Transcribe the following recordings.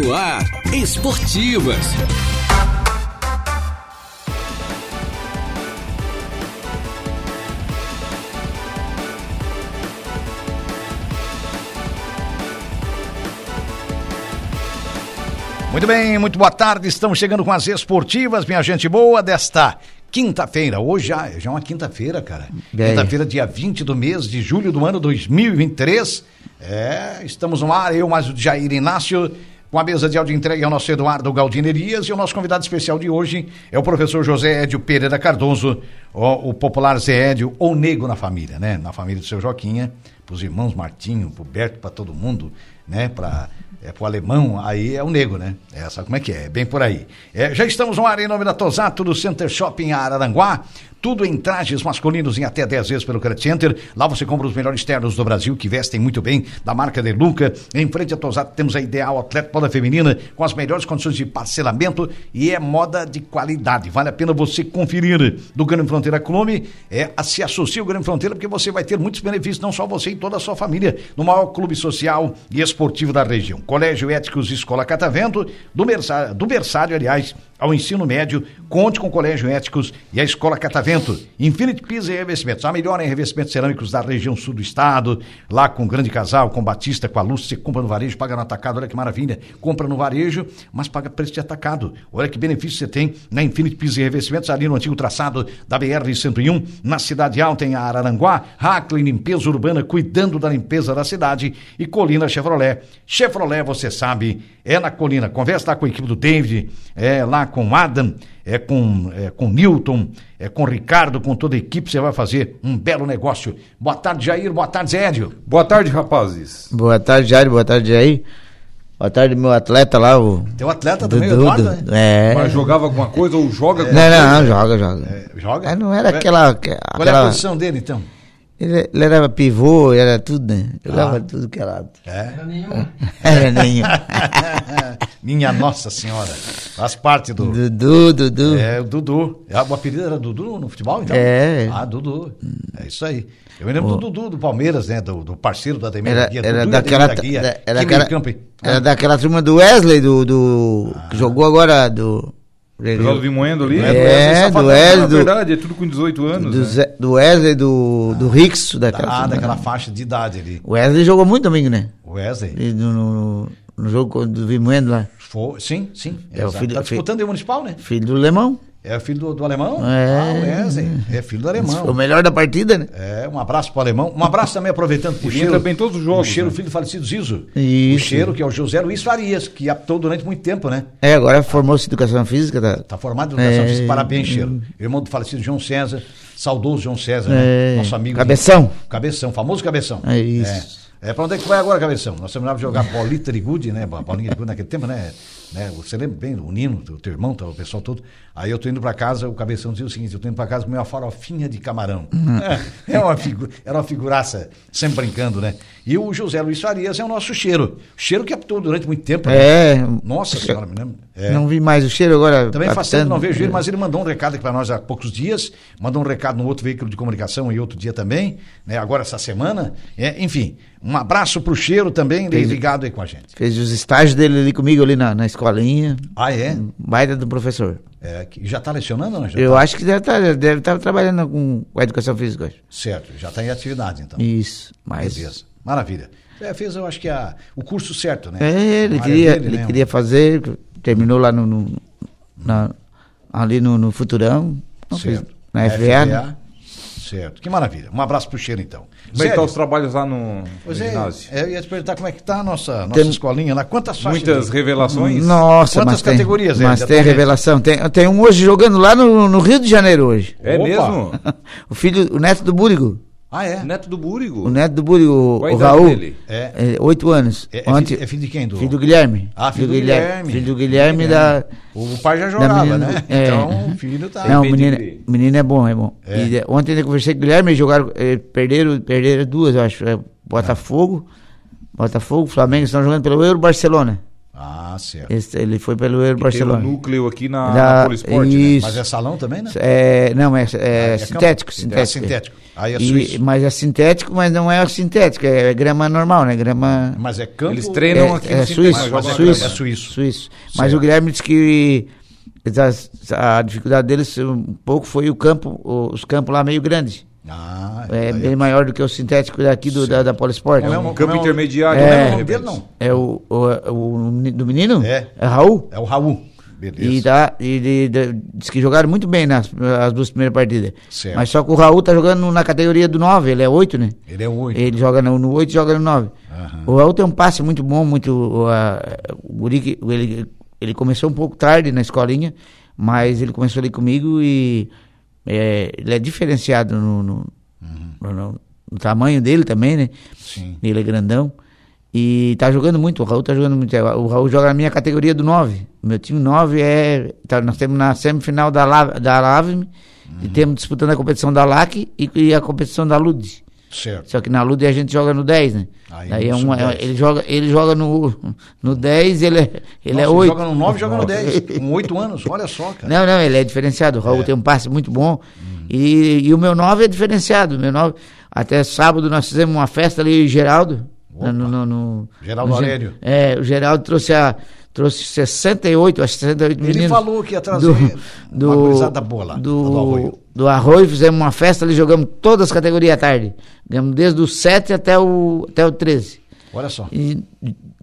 no ar, esportivas. Muito bem, muito boa tarde. Estamos chegando com as esportivas, minha gente boa, desta quinta-feira. Hoje já, já é uma quinta-feira, cara. Bem. Quinta-feira, dia 20 do mês de julho do ano 2023. É, estamos no ar, eu mais o Jair Inácio. Com a mesa de áudio entregue ao nosso Eduardo Galdinerias e o nosso convidado especial de hoje é o professor José Edio Pereira Cardoso, o, o popular Zé Edio, ou Nego na família, né? Na família do seu Joquinha, pros irmãos Martinho, pro Berto, pra todo mundo, né? Pra, é pro alemão, aí é o nego, né? É, sabe como é que é? É bem por aí. É, já estamos no ar em nome da Tosato, do Center Shopping Araranguá. Tudo em trajes masculinos em até 10 vezes pelo Credit Center. Lá você compra os melhores ternos do Brasil que vestem muito bem, da marca De Luca. Em frente à Tosato temos a Ideal Atleta Moda Feminina, com as melhores condições de parcelamento e é moda de qualidade. Vale a pena você conferir do Grande Fronteira Clube. É, a- se associe ao Grande Fronteira, porque você vai ter muitos benefícios, não só você e toda a sua família, no maior clube social e esportivo da região. Colégio Éticos Escola Catavento, do berçário, do berçário, aliás, ao ensino médio, conte com o Colégio Éticos e a Escola Catavento. Infinity Pisa e Revestimentos, a melhor em revestimentos cerâmicos da região sul do estado, lá com o grande casal, com o Batista, com a Lúcia, você compra no varejo, paga no atacado, olha que maravilha, compra no varejo, mas paga preço de atacado. Olha que benefício você tem na Infinity Pisa e Revestimentos, ali no antigo traçado da BR-101, na Cidade Alta, em Araranguá, Hackley Limpeza Urbana, cuidando da limpeza da cidade, e Colina Chevrolet. Chevrolet, você sabe, é na Colina. Conversa lá com a equipe do David, é lá com o Adam, é com é, com o Newton, é com o Ricardo, com toda a equipe, você vai fazer um belo negócio. Boa tarde, Jair, boa tarde, Zé Edio. Boa tarde, rapazes. Boa tarde, Jair. Boa tarde, Jair. Boa tarde, meu atleta lá, o. Teu atleta Dudu. também, Eduardo, né? É. Mas jogava alguma coisa ou joga alguma Não, coisa? não, não, joga, joga. joga? Mas não era Qual é- aquela. Qual é a aquela posição dele, então? ele, ele era pivô, ele era tudo, né? Ah. Jogava tudo que era. É. Era nenhum. Minha Nossa Senhora. Faz parte do. Dudu, Dudu. É, o Dudu. Ah, O apelido era Dudu no futebol, então? É. Ah, Dudu. É isso aí. Eu me lembro do Dudu do Palmeiras, né? Do, do parceiro do Ademir Era, da Guia. era Dudu e daquela. Ademir da Guia. da- era, Que meio daquela campo, Ah. hein? era daquela turma do Wesley, do. do que jogou agora, do. Pessoal de Moendo ali? É, Safadão, do Hélio, né? na do- verdade, é tudo com 18 anos. do, né? Zé- do Wesley, do. Do Rix, daquela. né? Ah, turma. daquela faixa de idade ali. O Wesley jogou muito domingo, né? O Wesley. E No, no, no jogo do Vimuendo lá. Foi, sim, sim. É o exato. filho- tá disputando o municipal, né? Filho do Lemão. É o filho do, do alemão? É. Ah, o Wesley. É filho do Esse Foi o alemão. melhor da partida, né? É, um abraço pro alemão. Um abraço também, aproveitando pro Ele entra bem em todos os O jogos, cheiro, né? filho do falecido Zizo. O Isso. cheiro, que é o José Luiz Farias, que apitou durante muito tempo, né? É, agora formou-se em educação física. Tá? Tá formado em educação É. física. Parabéns, Cheiro. Irmão do falecido João César, saudoso João César, É. né? nosso amigo. Cabeção. Cabeção, famoso Cabeção. É isso. É, É, pra onde é que tu vai agora, Cabeção? Nós terminávamos de jogar bolita de gude, né? Bo- Bolinha de gude naquele tempo, né? né? Você lembra bem, o Nino, o teu irmão, tá, o pessoal todo. Aí eu tô indo pra casa, o Cabeção dizia o seguinte, eu tô indo pra casa comer uma farofinha de camarão. Hum. É, uma figu- era uma figuraça, sempre brincando, né? E o José Luiz Farias é o nosso cheiro. Cheiro que apitou durante muito tempo, né? É. Nossa senhora, me lembro. É. Não vi mais o cheiro agora. Também faz tempo que apitando. não vejo ele, mas ele mandou um recado aqui para nós há poucos dias, mandou um recado no outro veículo de comunicação e outro dia também, né? Agora essa semana. É, enfim, um abraço pro Cheiro também, ele é ligado aí com a gente. Fez os estágios dele ali comigo, ali na, na escolinha. Ah, é? Baita do professor. É, que já tá lecionando, né? Já Eu tá- acho que deve estar deve tá trabalhando com, com a educação física. eu acho. Certo, já tá em atividade então. Isso. Mas. Beleza, maravilha. É, fez, eu acho que a, o curso certo, né? É, ele Uma área queria, dele, ele né? queria fazer, terminou lá no, no- na- ali no, no Futurão, não fez, Certo. na FVA. né? Certo, que maravilha. Um abraço pro Cheiro então. Como é que tá Sério? os trabalhos lá no, no Pois é, ginásio? é, eu ia te perguntar como é que tá a nossa, nossa Tem- escolinha lá. Quantas faixas? Muitas revelações? Nossa, Quantas mas tem, categorias, é? mas Hélio, tem atualmente? revelação. Tem, tem um hoje jogando lá no, no Rio de Janeiro hoje. É Opa. mesmo? O filho, o neto do Búrigo, Ah, é? Neto do o Búrigo. neto do Búrigo, o, Qual a o idade Raul, dele? É. é, oito anos. É- é filho- é filho de quem, do- Filho do Guilherme. Ah, filho do Guilherme. Filho do Guilherme da... O pai já da jogava, menina né? do- é. Então o filho tá. Não, o Tem menino, pedigree. menino é bom, é bom. É. E, eh, ontem eu conversei com o Guilherme, eles jogaram, eh, perderam, perderam duas, eu acho. é, Botafogo, Botafogo, Flamengo estão jogando pelo Euro Barcelona. Ah, certo. Esse- ele foi pelo El Tem um Barcelona. núcleo aqui na, Da- na Polisport, né? isso. Mas é salão também, né? É, não, é, é Ah, é sintético, campo? sintético. É sintético. Aí é E- suíço. mas é sintético, mas não é sintético, é grama normal, né? Grama. Mas é campo. Eles treinam aqui no é, é sintético, suíço, jogam na suíço, grama. é suíço. suíço. Mas o Guilherme disse que a, a dificuldade deles um pouco foi o campo, o- os campos lá meio grandes. Ah, É aí bem maior do que o sintético daqui do, da, da Polisport. Não é um- Um campo Não, intermediário, Não né? é o de nome repente. dele, não. É o, o- o meni- do menino? É. Raul? É o Raul. Beleza. E, tá, e de- de- diz que jogaram muito bem nas as duas primeiras partidas. Certo. Mas só que o Raul tá jogando na categoria do 9, ele é 8, né? Ele é um oito. Ele joga no, no 8 e joga no 9. Aham. O Raul tem um passe muito bom, muito. o, a- o guri que- ele, ele começou um pouco tarde na escolinha, mas ele começou ali comigo e é, ele é diferenciado no, no, no- no- no tamanho dele também, né? Uhum. Sim. Ele é grandão. E tá jogando muito, o Raul tá jogando muito. O Raul joga na minha categoria do 9. O meu time 9 é. tá- nós temos na semifinal da, La- da LAVM Uhum. e temos disputando a competição da LAC e, e a competição da LUDES. Certo. Só que na Lude a gente joga no 10, né? Aí Daí é no uma, sub-10. ele, joga, ele joga no, no 10, ele é, ele Nossa, é 8. Joga no 9, joga no 10. Com 8 anos, olha só, cara. Não, não, ele é diferenciado. O Raul tem um passe muito bom. E, e o meu 9 é diferenciado. O Meu 9, até sábado nós fizemos uma festa ali, o Geraldo. Opa. No, no- no- Geraldo no- Aurélio. É, o Geraldo trouxe, a, trouxe 68, acho que 68 Ele meninos. falou que ia trazer uma do, gurizada boa lá, do Do, Arroio. do Arroio, fizemos uma festa ali, jogamos todas as categorias à tarde. Jogamos desde o 7 até o, até o 13. Olha só. E,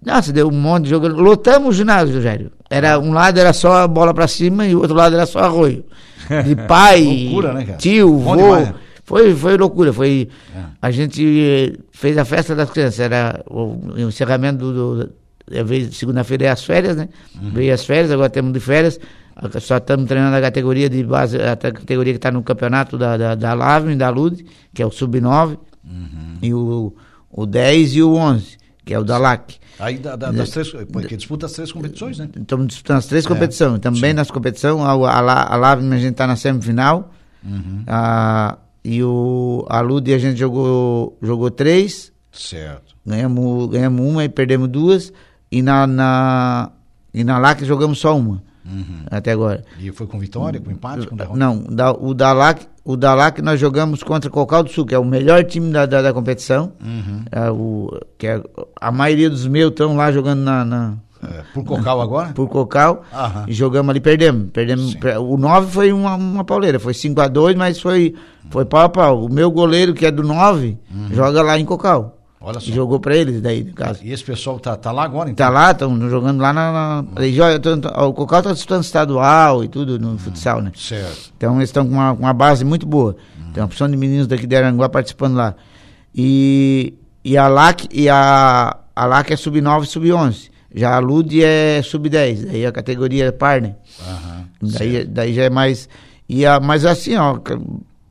nossa, deu um monte de jogo. Lotamos o ginásio, Rogério. Era, um lado era só a bola pra cima e o outro lado era só arroio. De pai, Loucura, né, cara? tio, Bom vô. demais, É. né? Foi, foi loucura. Foi, A gente eh, fez a festa das crianças. Era o, o encerramento do. do eh, veio- Segunda-feira é as férias, né? Uhum. Veio as férias, agora temos de férias. Ah, Só estamos treinando a categoria de base, a ta- categoria que está no campeonato da, da, da LAVM, da LUD, que é o Sub-9, Uhum. e o, o 10 e o 11, que é o da LAC. Aí da- da- É. das três. Porque disputa as três competições, né? Estamos disputando as três competições. Também nas competições, a, a, La- a Lavin a gente está na semifinal. Uhum. A, e o, a Lude a gente jogou, jogou três, Certo. ganhamos, ganhamos uma e perdemos duas. E na, na, e na LAC jogamos só uma até agora. E foi com vitória, com empate, com derrota. Não, da, Uhum. o da LAC. O da LAC nós jogamos contra o Cocal do Sul, que é o melhor time da, da, da competição. É o, que é- a maioria dos meus estão lá jogando na- na, É, por Cocal agora? por Cocal Aham. e jogamos ali, perdemos. perdemos Ah. Sim. Pre- o 9 foi uma, uma pauleira, foi 5x2, mas foi, foi pau a pau. O meu goleiro, que é do 9, joga lá em Cocal. Olha só. Jogou pra eles daí, no caso. E esse pessoal tá, tá lá agora, então? Tá lá, estão jogando lá na. na- eles jogam- tão- tão- o Cocal tá disputando estadual e tudo no futsal, né? Certo. Então eles estão com uma, com uma base muito boa. Tem uma opção de meninos daqui de Aranguá participando lá. E, e a LAC, e a, a LAC é sub-9 e sub-11. Já a LUD é sub-10, daí a categoria é par, né? Aham. Daí, daí já é mais. E a, mas assim, ó, c-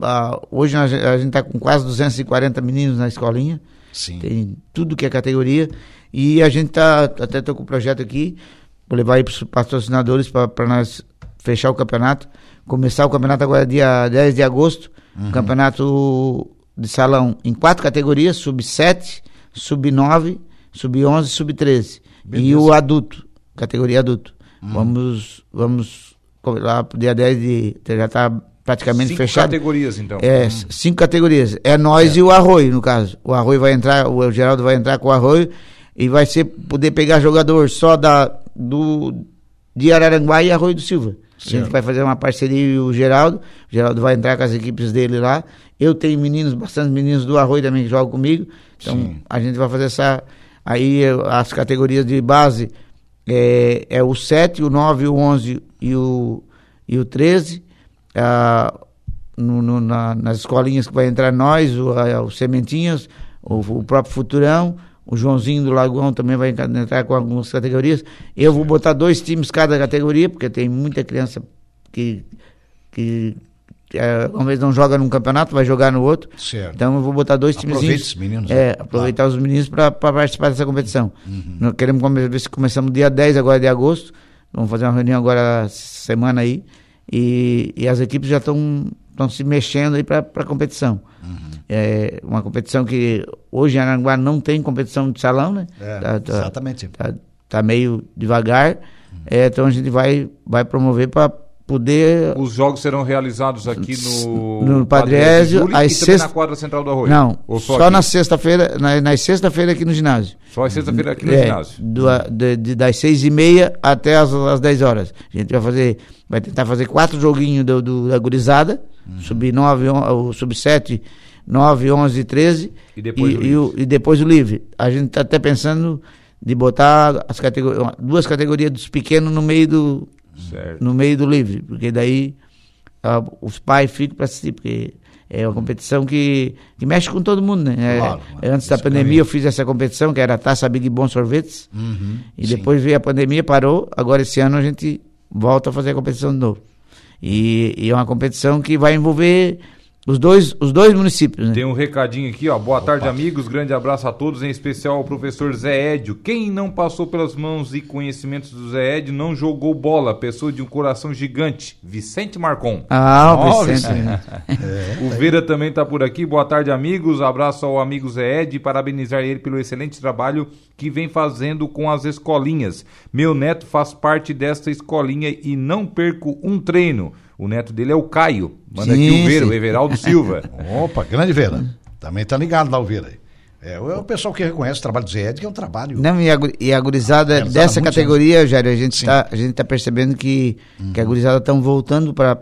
a- hoje nós- a gente está com quase 240 meninos na escolinha. Sim. Tem tudo que é categoria. E a gente tá até tô com um projeto aqui, vou levar aí para os patrocinadores para nós fechar o campeonato. Começar o campeonato agora é dia 10 de agosto. Campeonato de salão em quatro categorias, sub-7, sub-9, sub-11, sub-13. E Beleza. o adulto, categoria adulto. Vamos, vamos co- lá pro dia 10 de. Já está praticamente Cinco fechado. categorias, então. É, c- cinco categorias. É nós e o Arroio, no caso. O Arroio vai entrar, o Geraldo vai entrar com o Arroio e vai ser poder pegar jogador só da do de Araranguá e Arroio do Silva. A Certo. gente vai fazer uma parceria e o Geraldo, o Geraldo vai entrar com as equipes dele lá. Eu tenho meninos, bastante meninos do Arroio também que jogam comigo. Então Sim. a gente vai fazer essa aí eh, as categorias de base é, é o 7, o 9, o 11 e o e o 13. Ah, no, no- na- nas escolinhas que vai entrar nós, o, a- o Sementinhas, o, o próprio Futurão, o Joãozinho do Lagoão também vai enca- entrar com algumas categorias. Eu vou botar dois times cada categoria, porque tem muita criança que, que eh, uma vez não joga num campeonato, vai jogar no outro. Certo. Então eu vou botar dois Aproveita timezinhos. esses meninos, né? Uhum. É, aproveitar os meninos para participar dessa competição. Nós queremos come- ver se começamos dia 10 agora de agosto. Vamos fazer uma reunião agora essa semana aí. E, e as equipes já estão se mexendo aí para a competição. Uhum. É uma competição que hoje em Aranguá não tem competição de salão, né? É, Tá- tá- exatamente. tá- tá meio devagar. Uhum. É, então a gente vai, vai promover para poder. Os jogos serão realizados aqui no, No Padre Ezio, Júlio às e também sexta- na quadra central do Arroio. Não, Ou só, só, aqui? na sexta-feira, na, nas sexta-feira aqui no ginásio. Só às sexta-feira aqui no É, ginásio. do- a- de- de- das seis e meia até as, as dez horas. A gente vai fazer, vai tentar fazer quatro joguinhos do, do- da gurizada, Uhum. sub nove, on- o sub sete, nove, onze, e treze. E depois o e, o, e depois o livre. A gente está até pensando de botar as categorias, duas categorias dos pequenos no meio do, Certo. no meio do livre, porque daí ah, os pais ficam para assistir, porque é uma competição que, que mexe com todo mundo, né? É, Claro, é, antes da isso pandemia eu fiz essa competição, que era a Taça Big Bom Sorvetes, e depois veio a pandemia, parou, agora esse ano a gente volta a fazer a competição de novo. E, e é uma competição que vai envolver os dois, os dois municípios, né? Tem um recadinho aqui, ó. Boa tarde, amigos. Grande abraço a todos, em especial ao professor Zé Edio. Quem não passou pelas mãos e conhecimentos do Zé Edio não jogou bola. Pessoa de um coração gigante. Vicente Marcon. Ah, o Ó, Vicente. né? O Vera também está por aqui. Boa tarde, amigos. Abraço ao amigo Zé Ed e parabenizar ele pelo excelente trabalho que vem fazendo com as escolinhas. Meu neto faz parte desta escolinha e não perco um treino. O neto dele é o Caio. Manda aqui Sim, o Vera, sim. o Everaldo Silva. Opa, grande Hum. Vera. Também tá ligado lá o Vera. aí. É, é o pessoal que reconhece o trabalho do Zé Ed, que é um trabalho. Não, e a, guri- e a gurizada É, gurizada dessa muito categoria, Jair, a gente Sim. Uhum. está tá percebendo que, que a gurizada estão voltando para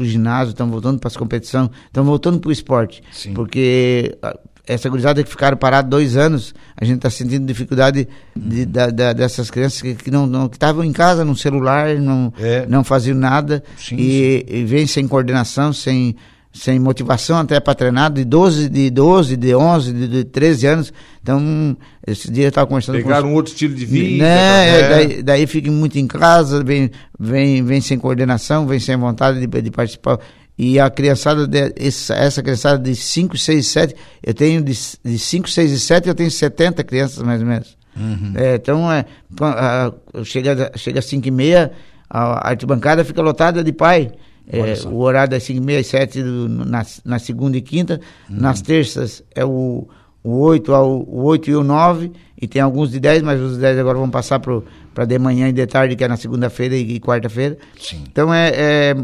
o ginásio, estão voltando para as competições, estão voltando para o esporte. Sim. Porque a- essa gurizada que ficaram parada dois anos, a gente está sentindo dificuldade Uhum. de- da- da- dessas crianças que, que não não- que estavam em casa, no celular, não, É. não faziam nada Sim, e, e vem sem coordenação, sem, sem motivação até para treinar, de 12, de 12, de 11, de, de 13 anos. Então, esse dia eu estava conversando Pegaram com um outro estilo de vida. né? tá- é, Daí, daí fica muito em casa, vem, vem, vem sem coordenação, vem sem vontade de, de participar. E a criançada, de- essa, essa criançada de 5, 6, 7, eu tenho de, de 5, 6 e 7, eu tenho 70 crianças mais ou menos. Uhum. É, então, é, quan- a- chega, chega às 5 e meia, a arquibancada fica lotada de pai. É, o horário das 5 e meia às 7 do- na, na segunda e quinta, Uhum. nas terças é o, o 8 ao o 8 e o 9, e tem alguns de 10, mas os 10 agora vão passar para de manhã e de tarde, que é na segunda-feira e, e quarta-feira. Sim. Então é, é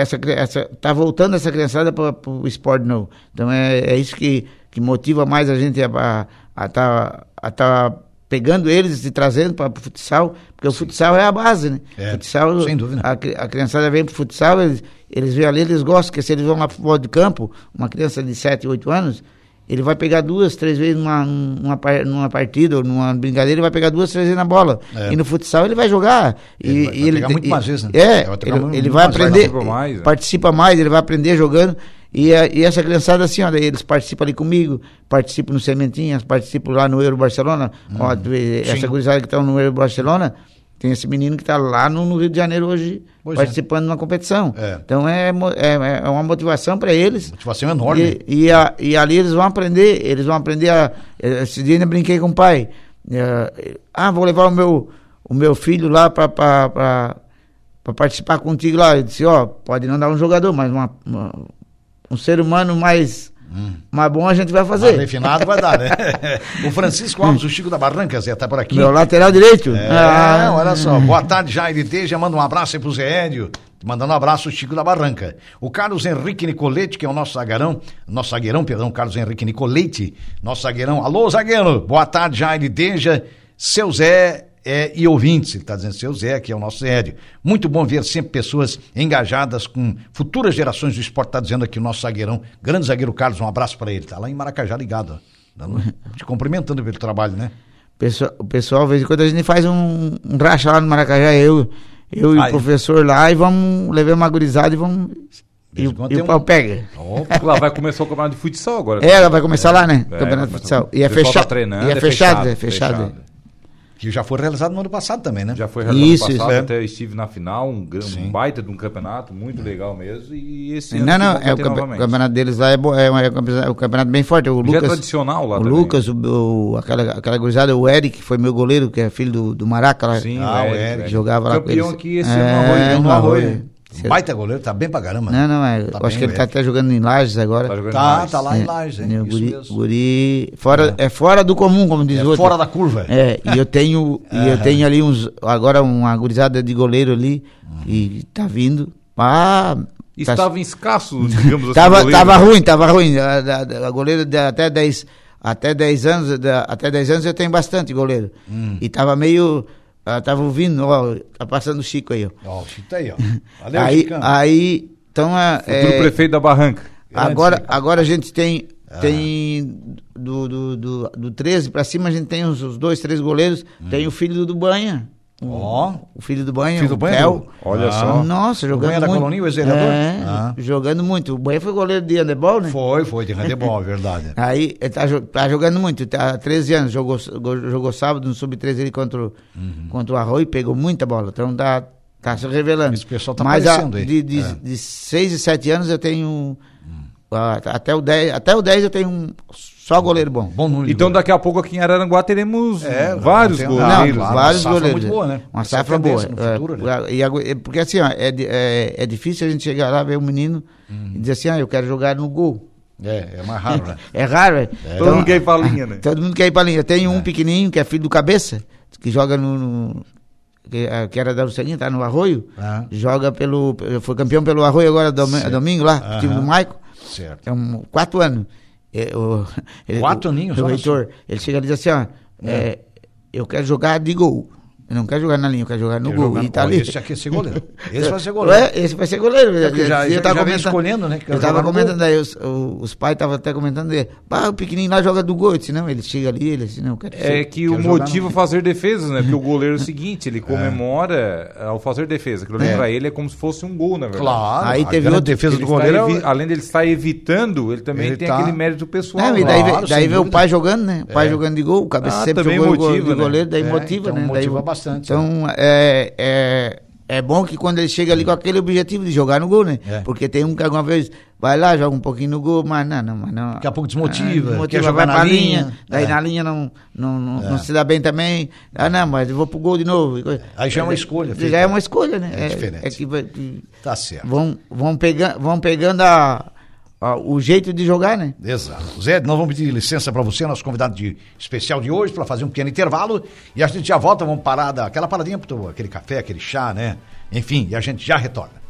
essa, cri- essa tá voltando essa criançada para o esporte novo. Então é, é isso que, que motiva mais a gente a estar a, tá, a tá pegando eles e trazendo para o futsal, porque o futsal é a base, né? É, futsal, sem dúvida. A, cri- a criançada vem pro futsal, eles, eles vêm ali, eles gostam, porque se eles vão lá pro futebol de campo, uma criança de 7, 8 anos, ele vai pegar duas, três vezes numa, numa, par- numa partida ou numa brincadeira, ele vai pegar duas, três vezes na bola. É. E no futsal ele vai jogar. Ele e, vai- e vai pegar te- muito e- mais vezes, né? É, Vai pegar muito ele, ele vai mais vezes. aprender, Participa mais, né? participa mais, ele vai aprender jogando. E, a- e essa criançada assim, ó, daí eles participam ali comigo, participam no Sementinhas, participam lá no Euro Barcelona. Hum, Ó, tu vê, eh, essa gurizada que estão no Euro Barcelona, tem esse menino que está lá no, no Rio de Janeiro hoje Pois é. participando de uma competição. É. Então é, mo- é, é uma motivação para eles. Motivação enorme. E, e, a- e ali eles vão aprender, eles vão aprender a. Esse dia ainda brinquei com o pai. eh, Ah, vou levar o meu, o meu filho lá para participar contigo lá. Eu disse, ó, pode não dar um jogador, mas uma- uma- um ser humano mais, mais bom a gente vai Mas fazer. refinado Hum. vai dar, né? o Francisco Alves, o Chico da Barranca, Zé, tá por aqui. Meu lateral direito. É, Ah, olha só. Boa tarde, Jair Teja. Manda um abraço aí pro Zé Hélio. Mandando um abraço, Chico da Barranca. O Carlos Henrique Nicolete, que é o nosso zagueirão, nosso zagueirão, perdão, Carlos Henrique Nicolete, nosso zagueirão. Alô, zagueiro! Boa tarde, Jair Teja. Seu Zé é, e ouvintes, ele tá dizendo seu Zé, que é o nosso Zé Hélio. Muito bom ver sempre pessoas engajadas com futuras gerações do esporte, tá dizendo aqui o nosso zagueirão, grande zagueiro Carlos, um abraço para ele, tá lá em Maracajá ligado, ó. Dando- te cumprimentando pelo trabalho, né? Pessoa- o pessoal, de vez em quando, a gente faz um, um racha lá no Maracajá, eu, eu e Ai. o professor lá, e vamos levar uma gurizada e vamos. De E, vez o- em quando e tem o um- pau pega. Opa, lá vai começar o campeonato de futsal agora. É, ela vai começar lá, né? É, Campeonato de começa- futsal. E é o pessoal fechado. tá treinando, e é fechado, é fechado. Que já foi realizado no ano passado também, né? Já foi realizado Isso, ano isso, passado, é. até eu estive na final, um, gran- um baita de um campeonato, muito legal mesmo. E esse ano Não, não, que vão é o ter campe- novamente. campeonato deles lá é, bo- é, um- é um campeonato- é um campeonato bem forte. O Já é Lucas, tradicional lá o também. Lucas, o, o- aquela, aquela gurizada, o Eric, que foi meu goleiro, que é filho do, do Maraca lá. Sim, Ah, o o Eric. Eric. jogava lá com Campeão eles. aqui esse um É, ano no Arroio, né? no No Arroio. Arroio. Cê- Baita goleiro, tá bem pra caramba. Não, não, é, Tá eu acho bem, que ele tá velho. até jogando em Lages agora. Tá jogando Tá, mais. tá lá em É, Lages, hein? né, o Isso guri, mesmo. guri- fora, é. fora do comum, como diz É o outro. fora da curva. É, e eu tenho, e eu tenho ali uns, agora uma gurizada de goleiro ali, e tá vindo. Ah, tá- Estava em escasso, digamos assim. tava, goleiro. tava ruim, tava ruim. A, a, a goleiro de até 10 até 10 anos, da- até 10 anos eu tenho bastante goleiro. E tava meio, ah, tava ouvindo, ó, tá passando o Chico aí, ó. Ó, o Chico tá aí, ó. Valeu, aí, Chicão. aí, então a- Futuro é, prefeito da Barranca. Grande Ah. agora, Chico. agora a gente tem tem do, do, do, do 13 pra cima a gente tem uns, uns dois, três goleiros, tem o filho do Banha. Hum. Ó. O filho do Banha, Filho do o Banha, Theo. do- Olha Ah. só. Nossa, jogando Banha da muito. Colonia, o ex-vereador? É, Ah. jogando muito. O Banha foi goleiro de handebol, né? Foi, foi, de handebol, é verdade. Aí ele tá, jo- tá jogando muito, tá há 13 anos, jogou, go- jogou sábado no Sub-13 ele contra, o- Uhum. contra o Arroio, pegou muita bola, então tá, tá se revelando. Esse pessoal tá Mas a- aparecendo aí. de, de, É. Hum. de 6 e 7 anos eu tenho, ah, até, o 10, até o 10 eu tenho um só goleiro bom. Bom número. de Então goleiro. daqui a pouco aqui em Araranguá teremos É, vários tem- Não, claro, goleiros. uma vários safra goleiros. muito boa, né? Essa é Uma a safra boa. tendência no futuro, né? É, e agu- é porque assim, ó, é, di- é, é difícil a gente chegar lá, ver um menino Uhum. e dizer assim, ah, eu quero jogar no gol. É, é mais raro, né? É raro, é. Todo mundo quer ir pra linha, né? Todo mundo quer ir pra linha. Tem um pequenininho que é filho do cabeça, que joga no. no- que, eh, que era da Lucelinha, tá no Arroio. Ah. Joga pelo. Foi campeão pelo Arroio agora domi- Certo. domingo lá, com o time do Aham. Maico. Certo. É um, quatro anos. É, o- ele- Quatro o- aninhos, O olha reitor, ele chega ali e diz assim, ó, eh, eu quero jogar de gol. Eu não quero jogar na linha, eu quero jogar no Quer gol. jogar E no- tá Ó, ali. Esse aqui é ser goleiro. Esse vai ser goleiro. É, esse vai ser goleiro. É, porque já- Eu já- tava já vem comentando- escolhendo, né, que Eu vai jogar tava no comentando aí, os, o- os pais estavam até comentando aí, "Pá, o pequenininho lá joga do gol. Eu disse, não, ele chega ali, ele disse, não, eu quero É ser- que o Quero jogar motivo é fazer defesas, né? Porque o goleiro é o seguinte, ele comemora é, ao fazer defesa. Aquilo ali pra ele é como se fosse um gol, na verdade. Claro. É. Aí a teve grande outro- defesa do Ele está goleiro. é o- evi- Além dele estar evitando, ele também Ele tem tá- aquele mérito pessoal. Não, né? e daí, vê- claro, daí sem vê o dúvida. pai jogando, né? O pai jogando de gol, o cabeça Ah, sempre também jogou de motiva, gol, né? de goleiro, daí É, motiva, então né? Daí motiva o- bastante, né? Então, é, é, é bom que quando ele chega ali com aquele objetivo de jogar no gol, né? É. Porque tem um que alguma vez vai lá, joga um pouquinho no gol, mas não, não, mas não. Daqui a pouco desmotiva, Ah, quer jogar vai na pra linha. daí É. na linha não, não, não, não se dá bem também. Ah, não, mas eu vou pro gol de novo. Aí já é uma escolha Já feita, é né? uma escolha, né? É diferente. É que vai- que Tá certo. vão, vão, pegando, vão pegando a- a, o jeito de jogar, né? Exato. Zé, nós vamos pedir licença para você, nosso convidado de- especial de hoje, para fazer um pequeno intervalo. E a gente já volta, vamos parar daquela paradinha, pro- aquele café, aquele chá, né? Enfim, e a gente já retorna.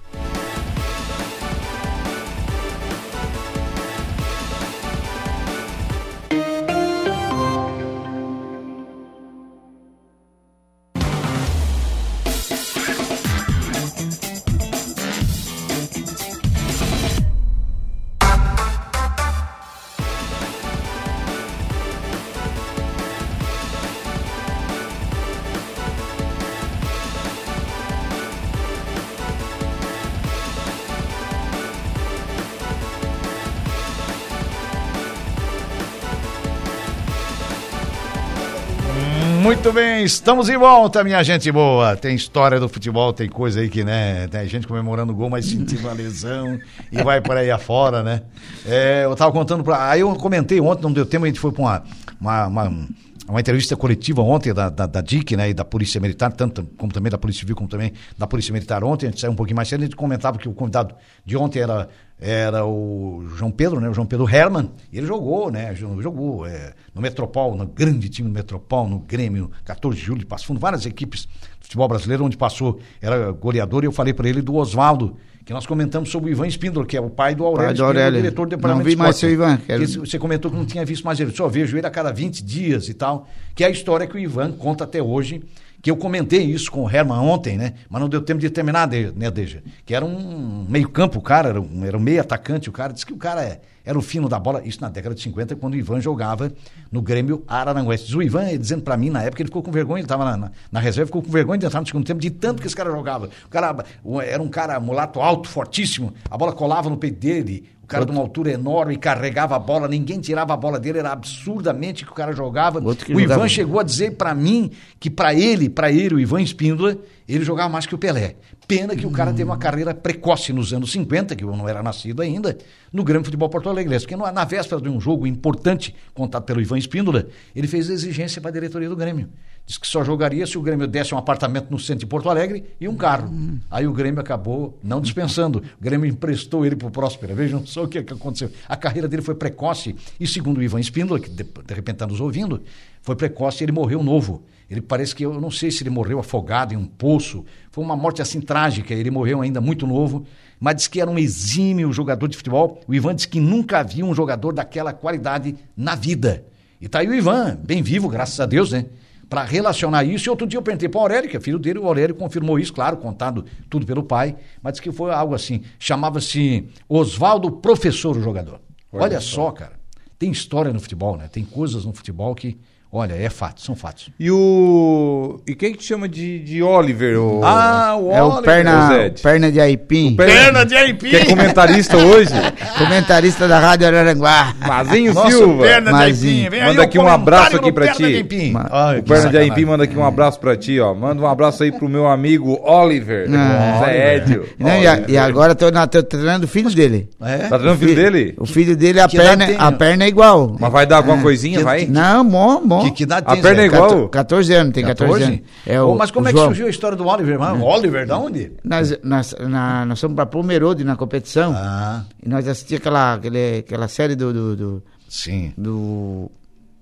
Muito bem, estamos de volta, minha gente boa. Tem história do futebol, tem coisa aí que, né? Tem gente comemorando o gol, mas sentiu uma lesão e vai por aí afora, né? É, eu tava contando pra. Aí eu comentei ontem, não deu tempo, a gente foi pra uma. uma, uma- uma entrevista coletiva ontem da, da, da DIC, né, e da Polícia Militar, tanto como também da Polícia Civil, como também da Polícia Militar ontem, a gente saiu um pouquinho mais cedo, a gente comentava que o convidado de ontem era, era o João Pedro, né, o João Pedro Herman, e ele jogou, né, jo- jogou é, no Metropol, no grande time do Metropol, no Grêmio, 14 de julho de Passo Fundo, várias equipes do futebol brasileiro, onde passou, era goleador, e eu falei para ele do Oswaldo, que nós comentamos sobre o Ivan Espíndola, que é o pai do Aurélio, Pai do Espíndola, Aurélio. diretor do Não departamento vi de mais esporte. seu Ivan, que era- Esse- você comentou que não tinha visto mais ele, só vejo ele a cada 20 dias e tal, que é a história que o Ivan conta até hoje, que eu comentei isso com o Herman ontem, né? Mas não deu tempo de terminar, de- né, Deja? Que era um meio campo, o cara, era um, era um meio atacante, o cara disse que o cara é- era o fino da bola, isso na década de 50, quando o Ivan jogava no Grêmio Araranguense. Diz O Ivan eh, dizendo pra mim, na época, ele ficou com vergonha, ele tava na, na, na reserva, ficou com vergonha de entrar no segundo tempo, de tanto que esse cara jogava. O cara o- era um cara mulato alto, fortíssimo, a bola colava no peito dele, o cara de uma altura enorme, carregava a bola, ninguém tirava a bola dele, era absurdamente que o cara jogava. Outro que o jogava. Ivan chegou a dizer pra mim que pra ele, pra ele, o Ivan Espíndola, ele jogava mais que o Pelé. Pena que o cara teve uma carreira precoce nos anos 50, que eu não era nascido ainda, no Grêmio Futebol Porto Alegresse, porque no- na véspera de um jogo importante, contado pelo Ivan Espíndola, ele fez exigência para a diretoria do Grêmio. Disse que só jogaria se o Grêmio desse um apartamento no centro de Porto Alegre e um carro. Aí o Grêmio acabou não dispensando. O Grêmio emprestou ele para o Próspera. Vejam só o que, que aconteceu. A carreira dele foi precoce e, segundo o Ivan Espíndola, que de, de repente está nos ouvindo, foi precoce e ele morreu novo. Ele parece que, eu não sei se ele morreu afogado em um poço, foi uma morte assim trágica, ele morreu ainda muito novo, mas diz que era um exímio jogador de futebol. O Ivan diz que nunca viu um jogador daquela qualidade na vida. E tá aí o Ivan, bem vivo, graças a Deus, né? Para relacionar isso, e outro dia eu perguntei para o Aurélio, que é filho dele, o Aurélio confirmou isso, claro, contado tudo pelo pai, mas diz que foi algo assim, chamava-se Oswaldo Professor, o jogador. Olha, Olha só, cara, tem história no futebol, né? Tem coisas no futebol que, olha, é fato, são fatos. E o. E quem que te chama de, de Oliver? O... o É o perna, Ah, Zé. perna de Aipim. Perna de Aipim! Que é comentarista hoje? Comentarista da Rádio Araranguá. Mazinho Silva. perna de Mas, aipim. sim. Vem aí Manda o aqui um abraço comentário aqui do pra perna ti. de aipim. Ma- Ai, O que Perna de sacanagem. Aipim manda aqui um abraço pra ti, ó. Manda um abraço aí pro meu amigo Oliver. Ah, Zé Edio. Não, e, a- e agora tô, na, tô treinando o filho dele. É? Tá treinando o filho dele? O filho dele, a, Que idade perna, tem, a né? perna é igual. Mas vai dar alguma coisinha, que- vai? Não, bom, bom. Que, que idade A tem, perna Zé? é igual. Quator- 14 anos, tem 14, 14? anos. É Ô, o- mas como o é que João. Né? surgiu a história do Oliver? Mas, Oliver, da onde? Nós, nós, na- nós fomos pra Pomerode na competição. Ah, E nós assistíamos aquela, aquele- aquela série do, do, do, sim. do-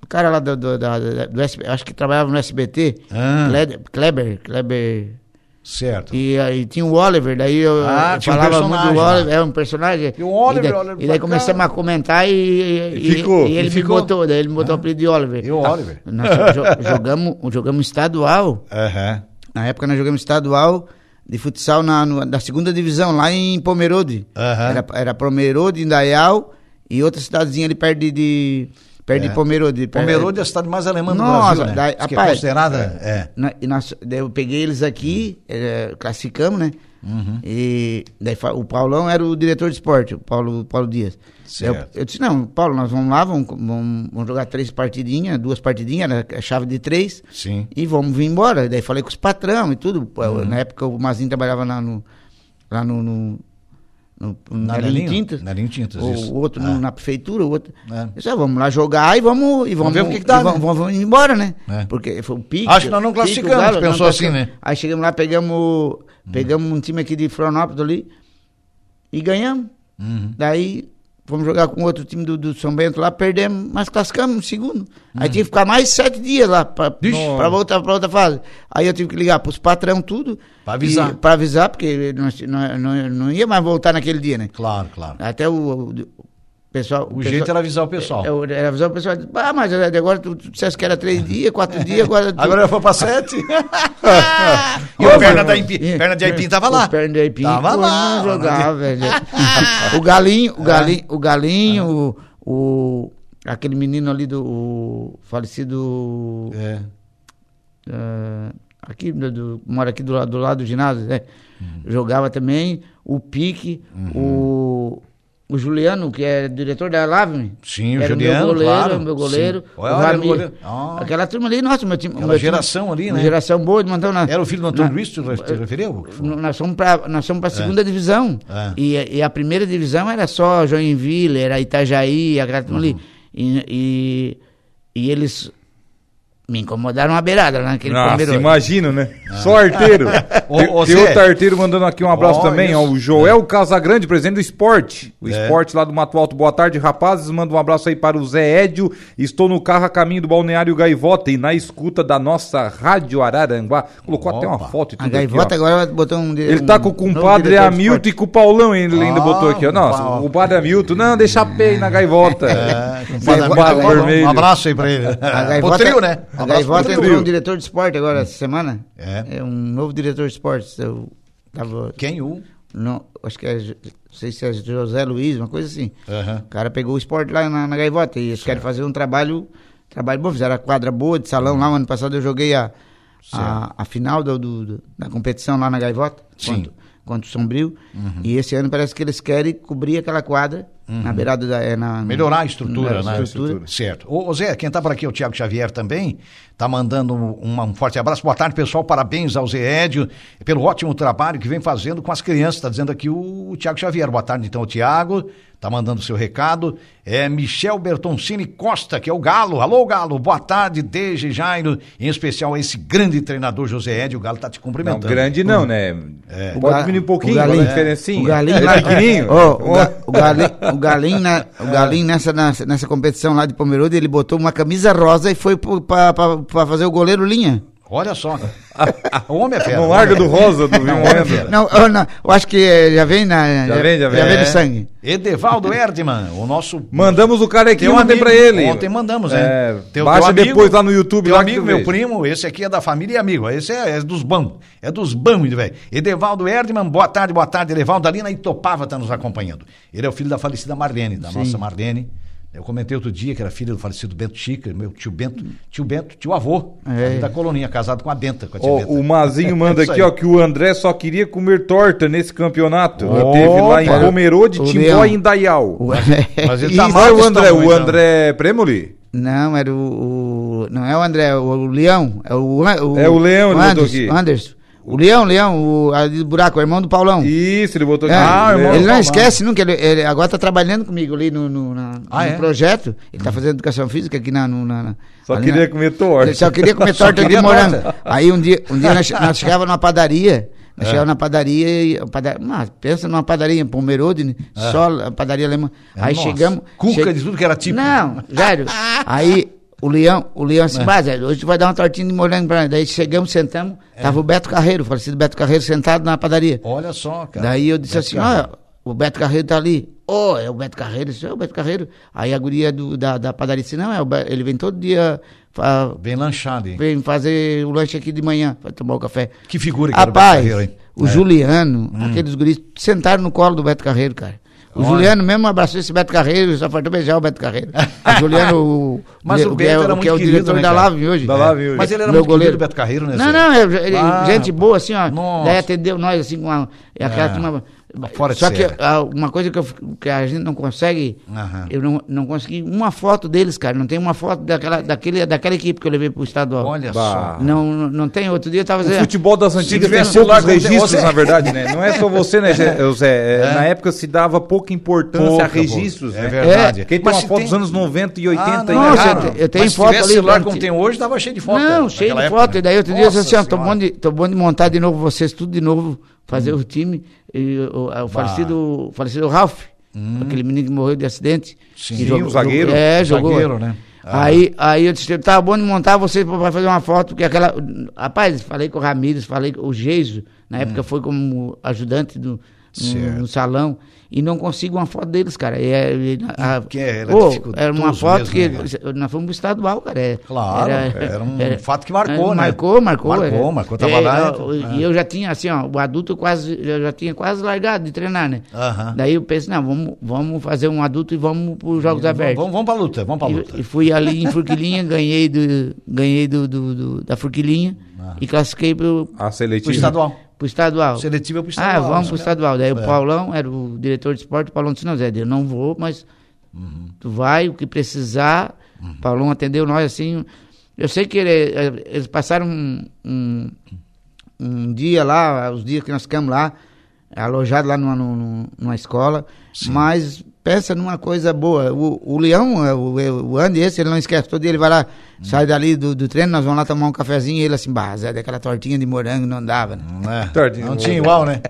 do cara lá do, do, da- da- do SB acho que trabalhava no SBT. Ah. Kled- Kleber, Kleber. Certo. E aí tinha o Oliver, daí eu Ah, eu tinha um falava muito personagem do lá. Oliver, é um personagem. E o Oliver, e daí, Oliver e daí pra começamos a comentar e, e- E ficou, e e ele ficou. me botou, daí ele me botou o apelido de Oliver. Ah. E o Oliver. Nós jo- jogamos, jogamos estadual, Aham. na época nós jogamos estadual de futsal na, no- na segunda divisão, lá em Pomerode. Aham. Era, era Pomerode, Indaial e outra cidadezinha ali perto de, de- perto de Pomerode. per- É. Pomerode é a cidade mais alemã do Nossa, Brasil, né? daí- Diz que é rapaz, considerada... É. Hum. Na- e nós- daí eu peguei eles aqui, eh, classificamos, né? Uhum. E daí fa- o Paulão era o diretor de esporte, o Paulo, Paulo Dias. Daí Eu, Certo. eu disse, não, Paulo, nós vamos lá, vamos, co- vamos, vamos jogar três partidinhas, duas partidinhas, era a chave de três, Sim. Uhum. e vamos vir embora. Daí falei com os patrão e tudo. Pô, Na época o Mazinho trabalhava lá no. Lá no, no no- na, Linha- linha tintas, na Linha Tintas, o, isso. o outro no- Ah. na prefeitura, o outro. É. Eu disse, ah, vamos lá jogar e vamos e vamos, ver o que que dá, e vamos, né? vamos- vamos embora, né? É. Porque foi o pique Acho que nós não classificamos, Galo, pensou não classificamos. assim, né? Uhum. Aí chegamos lá, pegamos, pegamos um time aqui de Florianópolis ali e ganhamos. Daí fomos jogar com outro time do, do São Bento lá, perdemos, mas classificamos no segundo. Aí tinha que ficar mais sete dias lá pra, Ixi. pra voltar pra outra fase. Aí eu tive que ligar pros patrão tudo. Pra avisar. e- Pra avisar, porque nós- nós- nós- não, ia mais voltar naquele dia, né? Claro, claro. Até o, o- o pessoal... O jeito pessoal- era avisar o pessoal. eu, eu avisava o pessoal, ah, mas agora tu, tu disseste que era três dias, quatro dias, agora... tu- Agora foi pra sete. e Ah, Ô, o mano, perna, da Aipim, é, perna de Aipim é, tava o lá. Perna de Aipim. Tava pô, lá. né? É. Não jogava, velho. o Galinho, o Galinho, o Galinho, o, o- aquele menino ali do o falecido... É. ah, aqui, do, do- mora aqui do, lado- do lado do ginásio, né? Uhum. Jogava também o Pique, o... O Juliano, que é diretor da Lavme. Uhum. Sim, o era Juliano, meu goleiro, claro, meu goleiro. sim. o Olha, era o Ramiro. goleiro. Ah. Aquela turma ali, nossa, meu time. Aquela meu time- geração ali, uma né? Geração boa, mandando na, Era o filho do Antônio na- Luiz, tu te referiu? N- Nós fomos para nós fomos para segunda divisão. É. E, e a primeira divisão era só Joinville, era Itajaí, a Gratão ali. E, e, e eles me incomodaram a beirada lá naquele Nossa, primeiro. Ah, imagino, né? Só arteiro. Ah. Ô, Tem- ô, Tem Zé. outro arteiro mandando aqui um abraço Ó, também, isso. ó, o Joel Casagrande, presidente do esporte. O É. esporte lá do Mato Alto. Boa tarde, rapazes. Manda um abraço aí para o Zé Edio. Estou no carro a caminho do Balneário Gaivota e na escuta da nossa Rádio Araranguá. Colocou até uma Opa. foto e tudo A gaivota aqui, ó. agora botou um. de- Ele tá um com o novo compadre diretor de Hamilton e esporte. com o Paulão, ele ainda Ah, botou aqui, ó. Nossa, Paulo. o compadre Hamilton. Não, deixa a pei na gaivota. É, com Zé Padre Guarda Hamilton, Vermelho. Um abraço aí pra ele. A Pro gaivota, trio, né? A Abraço pro gaivota trio. entrou um diretor de esporte agora, essa semana. É. um novo diretor de esporte. Eu tava, Quem o? não, acho que é, Jo- não sei se é José Luiz, uma coisa assim. Aham. O cara pegou o esporte lá na, na gaivota e eles querem fazer um trabalho, trabalho bom. Fizeram a quadra boa de salão lá. O ano passado eu joguei a, a, a final do, do- do- da competição lá na gaivota Sim. Uhum. contra, contra o Sombrio. E esse ano parece que eles querem cobrir aquela quadra na beirada da. é, na- Melhorar a estrutura, na né? Estrutura. Certo. Ô, ô, Zé, quem tá por aqui é o Tiago Xavier também, tá mandando um, um forte abraço. Boa tarde, pessoal. Parabéns ao Zé Edio pelo ótimo trabalho que vem fazendo com as crianças, tá dizendo aqui o, o Tiago Xavier. Boa tarde, então, o Tiago. tá mandando seu recado. É Michel Bertoncini Costa, que é o Galo. Alô, Galo, boa tarde, desde Jairo, em especial a esse grande treinador José Ed. O Galo tá te Não, cumprimentando. grande não, né? É. Pode ga- diminuir um pouquinho, o fala galinho, a diferencinha. O galinho, Ele é lá- pequenininho. Ó, o, ga- o galinho, o galinho, na- o galinho nessa, nessa, nessa competição lá de Pomerode, ele botou uma camisa rosa e foi pro- pra, pra, pra fazer o goleiro linha. Olha só. o homem é fera. Não o homem larga é do fera. rosa do Rio Moeda. Não, eu, não, eu acho que eh, já vem na. Já vem, já vem. vem É. do sangue. Edevaldo Erdman, o nosso Mandamos o carequinho Teu ontem um amigo, pra ele. Ontem mandamos, É, né? baixa depois lá no YouTube, Teu lá que amigo, tu meu vê. primo, esse aqui é da família e amigo. Esse é, é dos bão. É dos bão, velho. Edevaldo Erdman, boa tarde, boa tarde, Edevaldo. Ali na Itopava tá nos acompanhando. Ele é o filho da falecida Marlene, da nossa Marlene. Eu comentei outro dia que era filho do falecido Bento Chica, meu tio Bento, tio Bento, tio avô, É. ali da coloninha, casado com a Benta, com a tia Ó, Benta. o Mazinho manda Isso aqui, aí. ó, que o André só queria comer torta nesse campeonato. Opa! Teve lá em Cara, Pomerode, o Timbó Leão. e Indaial. O- Mas ele E tá isso mal é o de André, estômago, o então. André Premoli? Não, era o, o- Não é o André, o, o Leão. É o, An- É o Leão, ele o botou Anderson, aqui. Anderson. O Leão, Leão, o ali do buraco, o irmão do Paulão. Isso, ele botou É, aqui. Ah, Leão. irmão. ele não Paulão. esquece nunca, ele, ele agora está trabalhando comigo ali no, no, na- Ah, no é? projeto. Ele está fazendo educação física aqui na. no- na- na- Só ali queria na- comer torta. Ele só queria comer Só torta de queria morango. torta. É. Aí um dia, um dia nós, nós chegávamos numa padaria. Nós chegávamos na padaria e. a Padaria, mas pensa numa padaria em Pomerode, né? só a padaria alemã. Aí É. Nossa, chegamos. cuca de tudo que era tipo. Não, Jairo. aí o leão, o leão É. assim, "Bah, Jairo, hoje tu vai dar uma tortinha de morango pra nós. Daí chegamos, sentamos. É. Tava o Beto Carreiro, o falecido Beto Carreiro, sentado na padaria. Olha só, cara. Daí eu disse Beto assim, Carreiro. ó, o Beto Carreiro tá ali. Ô, é o Beto Carreiro, isso é o Beto Carreiro. Aí a guria do- da, da padaria disse, não, é o Be- ele vem todo dia, fa- Bem lanchado, hein? vem fazer o lanche aqui de manhã, vai tomar o café. Que figura que era o Beto Rapaz, Carreiro, hein? o É. Juliano, aqueles guris, sentaram no colo do Beto Carreiro, cara. O Olha. Juliano mesmo abraçou esse Beto Carreiro, só faltou beijar o Beto Carreiro. O Juliano, o, Mas o que é, Beto era o muito que é o querido, diretor né, da cara? Lave hoje. É. Da Lave hoje. Mas ele era Meu muito goleiro. querido, Beto Carreiro, né? Não, Zé? não, é, é, Ah, gente boa, assim, ó. nossa. Daí atendeu nós, assim, com uma, e aquela É, turma- uma fora de Só que série. ah, uma coisa que, eu fico- que a gente não consegue, Aham. eu não, não consegui uma foto deles, cara. Não tem uma foto daquela, daquele, daquela equipe que eu levei pro estadual. Olha Bah. só. Não, não, não tem. Outro dia eu tava O É. dizendo. futebol das antigas tem tivesse o poucos Largo Monte- registros, Ô, Zé. na verdade, né? Não é só você, né, Zé? Ô, Zé, é, É. Na época se dava pouca importância Pouca, a registros, pouca. né? É verdade. Quem tem Mas uma se foto tem- dos anos 90 e 80 Ah, ainda não, não, é gente, raro. cara, eu tenho mas foto Se tivesse ali, celular gente. como tem hoje, dava cheio de foto. não, né, cheio de naquela foto. época, né? E daí outro dia eu disse Nossa assim, ó, tô Senhora. bom, de, tô bom de montar de novo vocês tudo de novo, fazer o time. E o, o falecido, o falecido Ralph, aquele menino que morreu de acidente. Hum. Sim, que o zagueiro. É, jogou. Zagueiro, né? Ah. Aí, aí eu disse, tá bom de montar vocês pra pra fazer uma foto, porque aquela... Rapaz, falei com o Ramires, falei com o Geiso, na época foi como ajudante do... No, Hum. Certo. no salão e não consigo uma foto deles, cara. E, é- e- a- Porque era Pô, dificultoso era uma foto mesmo, que né, cara? nós fomos pro estadual, cara. é- Claro, era um fato que marcou, é, né? Marcou, marcou. Marcou, era. É, marcou, tava lá, ó, então, E eu já tinha, assim, ó, o adulto eu quase, eu já tinha quase largado de treinar, né? Aham. Daí eu pensei, não, vamos, vamos fazer um adulto e vamos para os Jogos Abertos. Vamos, vamos pra luta, vamos pra é E, e luta. fui ali em Furquilinha, ganhei, do, ganhei do, do- do- da Furquilinha Ah. e classifiquei pro, A O seletiva. estadual. pro estadual. Seletiva pro Ah, estadual, vamos né? pro estadual. Daí o É. Paulão era o diretor de esporte, o Paulão disse, não, Zé, eu não vou, mas Uhum. tu vai, o que precisar. O Paulão atendeu nós assim. Eu sei que ele- eh, eles passaram um, um- um dia lá, os dias que nós ficamos lá, alojados lá numa, numa, numa escola, mas pensa numa coisa boa. O, o Leão, eh, o, eh, o Andy, esse, ele não esquece todo dia, ele vai lá, Uhum. sai dali do, do treino, nós vamos lá tomar um cafezinho e ele assim, bah, Zé, daquela tortinha de morango não dava, né? É, Tardinho. Não tinha igual, né?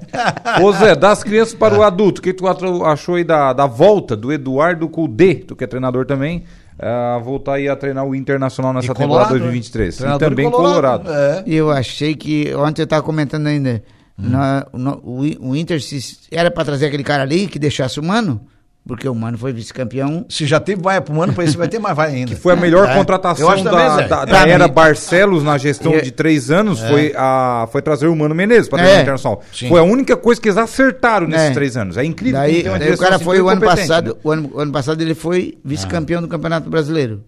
Ô Zé, das crianças para o adulto, o que tu atro- achou aí da, da volta do Eduardo Cudê, tu que é treinador também, ah, voltar aí a treinar o Internacional nessa E temporada Colorado, né? 2023. E Treinador também de Colorado. É. E Eu achei que. Ontem eu estava comentando ainda. Hum. na- no- o, I- o Inter se- era para trazer aquele cara ali que deixasse o Mano, porque o Mano foi vice-campeão. Se já teve, vai pro ano, pra esse vai ter mais, vai ainda. Foi a melhor É. contratação Eu acho também, da, Zé. da- da Pra era mim- Barcelos na gestão de três anos, foi, a, foi trazer o Mano Menezes para treinar É. o Internacional. é. Sim. Foi a única coisa que eles acertaram nesses É. três anos. É incrível. como Daí, tem uma daí o direção cara assim foi tão o ano competente, passado. né? Ah. O ano, o ano passado ele foi vice-campeão do Campeonato Brasileiro.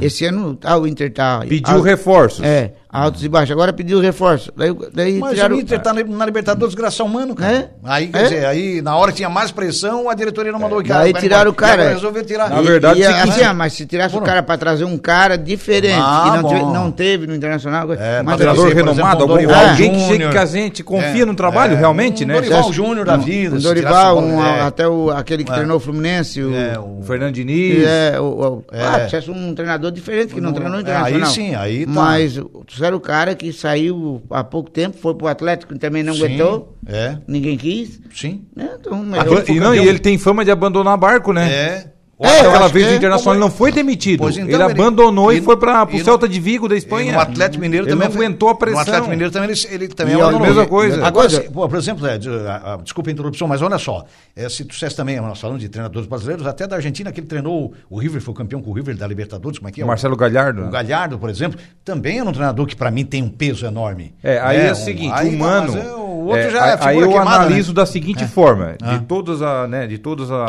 Esse ano ah, o Inter tá. Hum. Pediu alto- reforços. É, altos e baixos. Agora pediu reforço. Daí, daí Mas tiraram- o Inter tá na- na Libertadores graça ao mano, cara. É? Aí, quer É? dizer, aí na hora que tinha mais pressão, a diretoria não mandou o cara. Daí vai tiraram né? embora. o E agora cara. Resolveu tirar. Na E- verdade, e se a- quiser- assim, ah, mas se tirasse o cara pra trazer um cara diferente, Ah, que não, tive- bom. não teve no Internacional. É, Um mas mas eu treinador sei, por renomado, exemplo, um algum- Dorival alguém que Júnior. chegue que a gente confia É, no trabalho, é, realmente, um né? Dorival Júnior da vida. um se Dorival, tirasse o um- Paulo- é, até o, aquele que treinou o Fluminense, o, é, O o- Fernando Diniz. É, o, o, É. Ah, precisa um treinador diferente que não, Não, treinou é, internacional. aí sim, aí tá. Mas o- tu era o cara que saiu há pouco tempo, foi pro Atlético e também não Sim, aguentou, É, ninguém quis. sim. Né? Então, Ah, melhor- E, não, e ele tem fama de abandonar barco, né? É. Olha, eu aquela acho vez que o é. Internacional ele não foi demitido. Pois então, ele ele- abandonou e, e- foi para e o no- Celta de Vigo da Espanha. E no Atlético Mineiro Ele também. não foi- aguentou a pressão. No Atlético Mineiro também ele, ele também E é a uma mesma coisa. Agora, Outra- se- pô, por exemplo, é, de- a- a- desculpa a interrupção, mas olha só. é, se tu dissesse também, nós falamos de treinadores brasileiros, até da Argentina, que ele treinou o o River, foi campeão com o River da Libertadores, como é que é? O- Marcelo Galhardo. né? O Galhardo, por exemplo, também é um treinador que pra mim tem um peso enorme. É, aí é, um- o seguinte, aí o tá, Mano, mas é, o outro é, já é figura aí eu queimada, analiso né? da seguinte forma, Ah. de todos a, né, de todos a-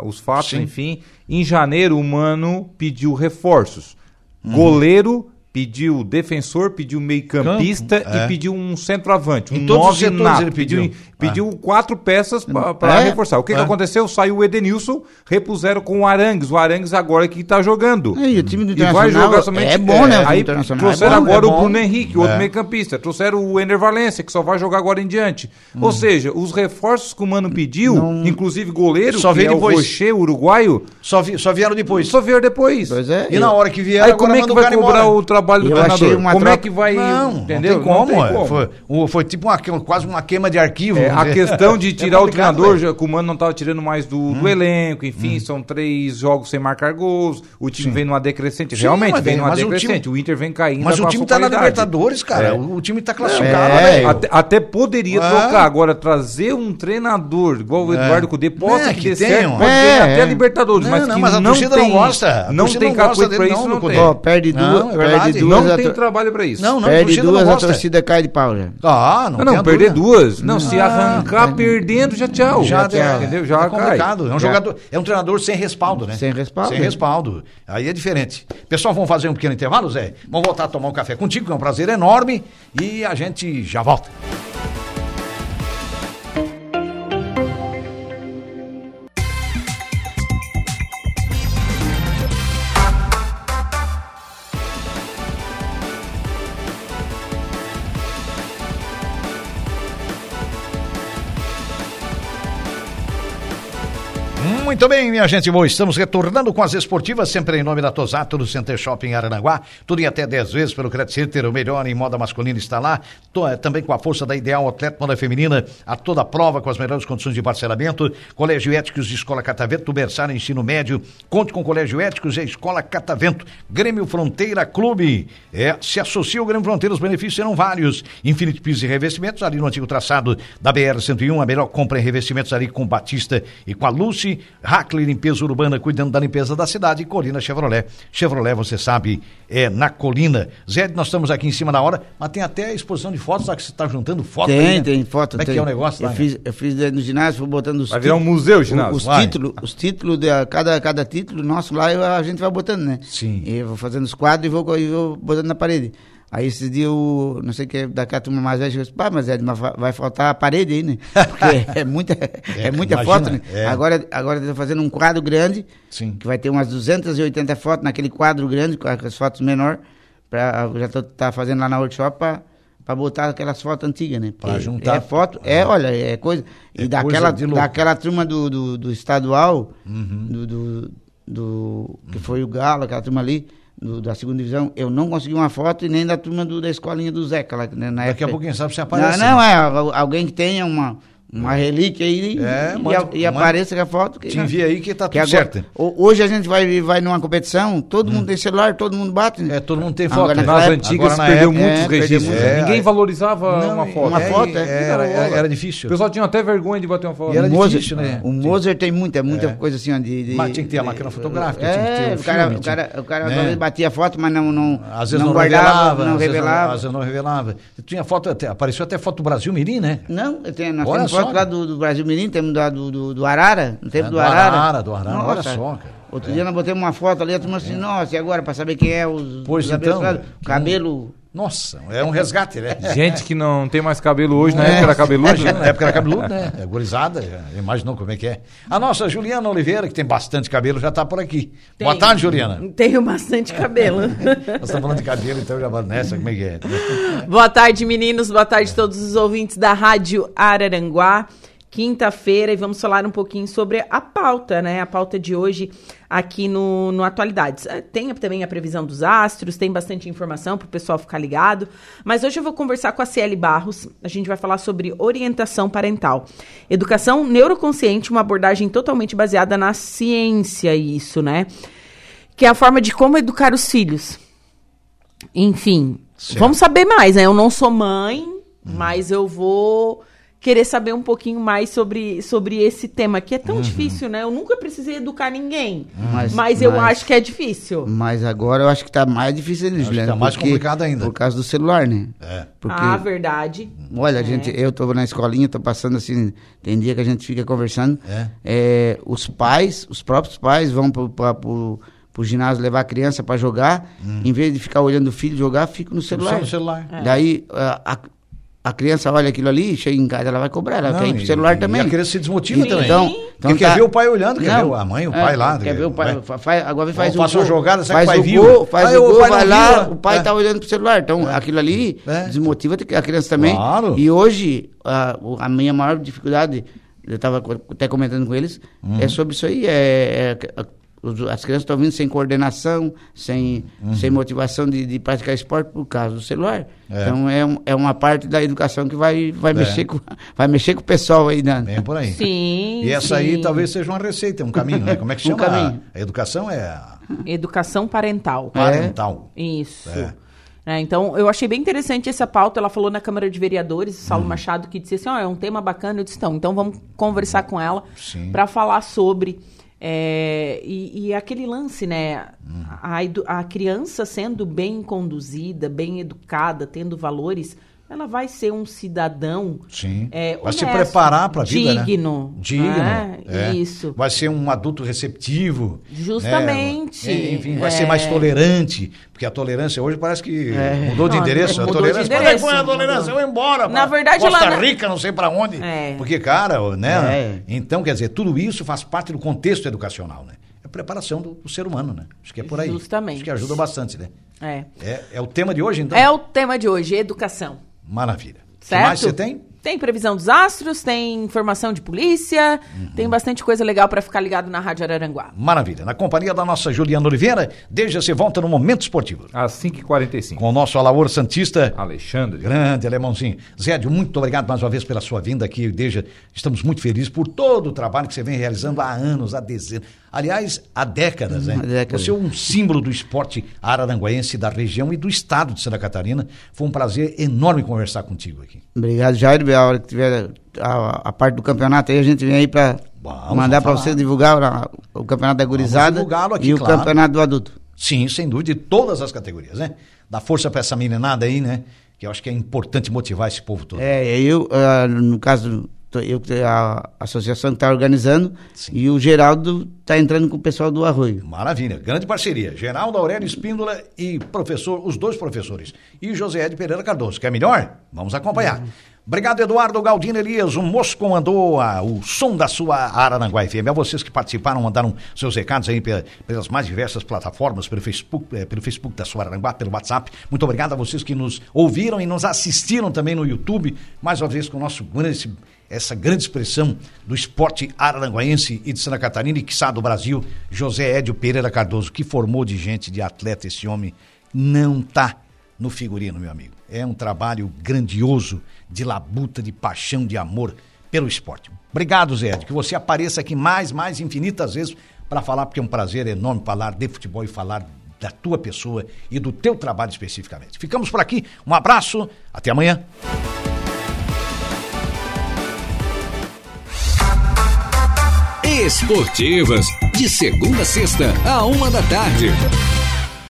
a- os fatos, Sim. enfim, em janeiro o Mano pediu reforços, Uhum. goleiro pediu defensor, pediu meio-campista Campo, é. e pediu um centroavante, um Em todos os nove setores nato, ele pediu. Ah. pediu quatro peças para É. reforçar. O que, que É. aconteceu? Saiu o Edenilson, repuseram com o Arangues, o Arangues agora é que está jogando. É, e o time do E vai Internacional jogar somente. é bom, né, o Aí Internacional é trouxeram bom, agora é o bom. Bruno Henrique, outro É. meio-campista. Trouxeram o Ender Valência, que só vai jogar agora em diante. Hum. Ou seja, os reforços que o Mano pediu, inclusive goleiro, Só que vem é depois. o Rocher, uruguaio, Só, vi- só vieram depois. só vieram depois. Pois é. E na hora que vieram, Aí agora como é manda que o vai cara cobrar embora. o trabalho do Eu treinador? achei Como uma é troca- que vai... Não, entendeu? não tem como. Não é. Foi, o- foi tipo uma que- quase uma queima de arquivo. É, vamos a dizer. questão de É tirar o complicado, Hum. treinador, né? já, que o Mano não estava tirando mais do, do elenco, enfim, são três jogos sem marcar gols, o time vem numa decrescente, Sim, realmente mas vem vem- numa mas o time- decrescente, o, Inter vem caindo Mas com o a time sua tá na qualidade. Libertadores, cara. É. O, o time tá classificado, É, velho. Até, até poderia Ah. trocar. Agora, trazer um treinador igual o Eduardo Cudê, possa É, que, que dê tem, certo, ó. pode É, ganhar até é. a Libertadores, Não, mas não, que mas a não torcida tem, não gosta. A não torcida tem não gosta cacuete pra dele, isso, não, não, do tem. Cudê. Ó, perde duas, Não, é verdade. perde Não duas, a tem tor- trabalho pra isso. Não, não, a perde torcida não duas, a gosta. torcida cai de pau já. Ah, não, Ah, não, tem a perder dúvida. duas. Não, se arrancar perdendo, já tchau. Já, tchau, é, entendeu? Já é complicado. cai. É um Já. jogador, é um treinador sem respaldo, né? Sem respaldo, Sem é. respaldo. Aí é diferente. Pessoal, vamos fazer um pequeno intervalo, Zé? Vamos voltar a tomar um café contigo, que é um prazer enorme. E a gente já volta. Muito bem, minha gente boa, estamos retornando com as esportivas, sempre em nome da Tosato, no Center Shopping Aranaguá, tudo em até 10 vezes pelo Credit Center, o melhor em moda masculina está lá, Tô, eh, também com a força da Ideal Atleta Moda Feminina, a toda prova, com as melhores condições de parcelamento, Colégio Éticos de Escola Catavento, Berçário Ensino Médio, conte com Colégio Éticos e a Escola Catavento, Grêmio Fronteira Clube, é, se associa ao Grêmio Fronteira, os benefícios serão vários, Infinite Piso e Revestimentos, ali no antigo traçado da BR-101, a melhor compra em revestimentos ali com Batista e com a Lucy, Hackley Limpeza Urbana, cuidando da limpeza da cidade, e Colina Chevrolet. Chevrolet, você sabe, é na Colina. Zé, nós estamos aqui em cima da hora, mas tem até a exposição de fotos lá que você está juntando fotos. Tem, tem foto. Como é que tem. é o negócio eu lá? Fiz, eu fiz eh, no ginásio, fui botando os Vai virar um títulos- museu, o- ginásio. Os Vai. títulos, os títulos, de, cada, cada título nosso lá eu- a gente vai botando, né? Sim. E eu vou fazendo os quadros e vou, co- e vou botando na parede. Aí esse dia eu, não sei o que, é, daqui a turma mais velha, eu disse, pá, mas Ed, mas fa- vai faltar a parede aí, né? Porque é muita, é, muita imagina, foto, né? é. Agora, agora eu tô fazendo um quadro grande, Sim. que vai ter umas 280 fotos naquele quadro grande, com as fotos menor, pra, eu já tô tá fazendo lá na workshop pra, pra botar aquelas fotos antigas, né? Pra Porque juntar. É foto, é, olha, é coisa, É e daquela, coisa de louco. Uhum. daquela turma do, do, do estadual, do, do, do- que foi o Galo, aquela turma ali, do- da segunda divisão, eu não consegui uma foto e nem da turma do- da escolinha do Zeca. Lá, né, na Daqui a época. pouquinho, sabe, você aparece, Não, não, é al- alguém que tenha uma, uma relíquia aí e- É, e, manda- a- e manda- apareça com a foto. Que, Te envia aí que tá que tudo agora- certo. Hum. ho- Hoje a gente vai, vai numa competição, todo mundo tem celular, todo mundo bate. né? É, todo mundo tem Agora foto. naquela Nas Agora, antigas na perdeu época- muitos é, perdeu registros. muito. É, Ninguém aí- valorizava Não, uma é- foto. uma É, foto, é. era- era- era difícil. O pessoal tinha até vergonha de bater uma foto. E era o Moser, difícil, né? É. O Moser tem muita, muita coisa assim, ó, de, de- Mas tinha que ter a de- máquina fotográfica, é, tinha que ter o o, cara, filme, o cara, tinha- o cara né? às vezes batia a foto, mas não, não, Às vezes não não, guardava, revelava, não às vezes revelava. Às vezes não revelava. Tinha foto, até- apareceu até foto do Brasil Mirim, né? Não, eu tenho, nós Olha temos só, foto lá cara. do, do Brasil Menino, temos da- do, do, do Arara, no tempo É, do do Arara. Arara, do Arara, olha só, cara. É. O Outro dia nós botamos uma foto ali, a turma assim, nossa, e agora, para saber quem é os, Pois os então, abençoados? que O cabelo. Nossa, é um resgate, né? Gente que não tem mais cabelo hoje, na época era cabeludo. Imagina, na né? época era cabeludo, né? É gurizada, já imaginou como é que é. A nossa Juliana Oliveira, que tem bastante cabelo, já está por aqui. Boa Tem. tarde, Juliana. Tenho bastante cabelo. Nós estamos falando de cabelo, então já vamos nessa, como é que é? boa tarde, meninos. Boa tarde a todos os ouvintes da Rádio Araranguá. Quinta-feira e vamos falar um pouquinho sobre a pauta, né? A pauta de hoje aqui no, no Atualidades. Eh, Tem também a previsão dos astros, tem bastante informação para o pessoal ficar ligado. Mas hoje eu vou conversar com a CL Barros. A gente vai falar sobre orientação parental. Educação neuroconsciente, uma abordagem totalmente baseada na ciência, isso, né? Que é a forma de como educar os filhos. Enfim, Certo. vamos saber mais, né? Eu não sou mãe, mas eu vou querer saber um pouquinho mais sobre, sobre esse tema, que é tão difícil, né? Eu nunca precisei educar ninguém, Mas- mas, eu mas- acho que é difícil. Mas agora eu acho que tá mais difícil ainda, Acho que Juliana. tá mais porque- complicado ainda. Por causa do celular, né? É. Porque, Ah, verdade. olha, a gente, eu tô na escolinha, tô passando assim, tem dia que a gente fica conversando. É. É, os pais, os próprios pais vão pro, pra- pro, pro ginásio levar a criança pra jogar. Em vez de ficar olhando o filho jogar, fica no celular. Hum. No celular. Daí a, a, a criança olha aquilo ali, chega em casa, ela vai cobrar, ela Não, quer ir pro e- celular e também. a criança se desmotiva Sim. também. Então, Porque então quer ver o pai olhando, quer Não, É, ver a mãe, o pai lá, Quer ver o pai. né? fa- faz- agora Ou faz o faz gol, uma jogada, será que faz o pai o viu? gol, faz Aí o o gol, pai vai não lá, viu, o pai é. tá olhando pro celular. Então, aquilo ali É. desmotiva a criança também. Claro. E hoje, a, o- a minha maior dificuldade, eu estava até comentando com eles, Hum. é sobre isso aí. É, é- os- as crianças estão vindo sem coordenação, sem, Uhum. sem motivação de, de praticar esporte por causa do celular. É. Então é, um- é uma parte da educação que vai, vai, É. mexer, com, vai mexer com o pessoal aí. né? Vem por aí. Sim. E essa aí sim. talvez seja uma receita, um caminho, né? Como é que Um chama? caminho. A educação é a Educação parental. parental. Isso. É. Né, então, eu achei bem interessante essa pauta. Ela falou na Câmara de Vereadores, o Saulo Uhum. Machado, que disse assim: ó, é um tema bacana. Eu disse: então, então vamos conversar com ela Sim. para falar sobre. é, e, e aquele lance, né? Uhum. A, edu- a criança sendo bem conduzida, bem educada, tendo valores, ela vai ser um cidadão. Sim. É, Vai se honesto, preparar para a vida, né? digno, Digno. né? é. Isso. Vai ser um adulto receptivo. né? Justamente. É, Enfim, vai ser mais tolerante, porque a tolerância hoje parece que mudou de Não, endereço. É. mudou a tolerância, de endereço, Qual é a tolerância? Eu mudou. vou embora. Na pra verdade, Costa ela- Rica, não sei para onde. É. Porque, cara, né? É. Então, quer dizer, tudo isso faz parte do contexto educacional, né? É a preparação do, do ser humano, né? Acho que é por aí. Justamente. Acho que ajuda bastante, né? É. É, é o tema de hoje, então? É o tema de hoje, educação. Maravilha. O que Certo? mais você tem? Tem previsão dos astros, tem informação de polícia, tem bastante coisa legal pra ficar ligado na Rádio Araranguá. Maravilha. Na companhia da nossa Juliana Oliveira, deixa-se volta no Momento Esportivo. Às 5h45. Com o nosso Alaor Santista. Alexandre. Grande alemãozinho. Zédio, muito obrigado mais uma vez pela sua vinda aqui. Deja, estamos muito felizes por todo o trabalho que você vem realizando há anos, há dezenas. Aliás, há décadas, né? Hum, Há décadas. Você é um símbolo do esporte araranguaense da região e do estado de Santa Catarina. Foi um prazer enorme conversar contigo aqui. Obrigado, Jair. A hora que tiver a, a parte do campeonato aí, a gente vem aí para Vamos, mandar vamos para falar. você divulgar a- o campeonato da gurizada divulgá-lo aqui, e o claro. campeonato do adulto. Sim, sem dúvida, de todas as categorias, né? Dá força pra essa meninada aí, né? Que eu acho que é importante motivar esse povo todo. É, eu, ah, no caso, tô- eu, que- a associação que está organizando Sim. e o Geraldo está entrando com o pessoal do Arroio. Maravilha, grande parceria. Geraldo Aurélio Espíndola e professor, os dois professores. E José de Pereira Cardoso. Quer melhor? Vamos acompanhar. Obrigado, Eduardo Galdino Elias. O Mosco mandou a- o som da sua Araranguá FM. A vocês que participaram, mandaram seus recados aí pe- pelas mais diversas plataformas, pelo Facebook, eh, pelo Facebook da sua Araranguá, pelo WhatsApp. Muito obrigado a vocês que nos ouviram e nos assistiram também no YouTube. Mais uma vez com o nosso grande essa grande expressão do esporte araranguaense e de Santa Catarina e, quiçá, do Brasil, José Édio Pereira Cardoso, que formou de gente, de atleta, esse homem não tá no figurino, meu amigo. É um trabalho grandioso de labuta, de paixão, de amor pelo esporte. Obrigado, Zé Édio, que você apareça aqui mais, mais infinitas vezes para falar, porque é um prazer enorme falar de futebol e falar da tua pessoa e do teu trabalho especificamente. Ficamos por aqui. Um abraço, até amanhã. Esportivas. De segunda a sexta, a uma da tarde.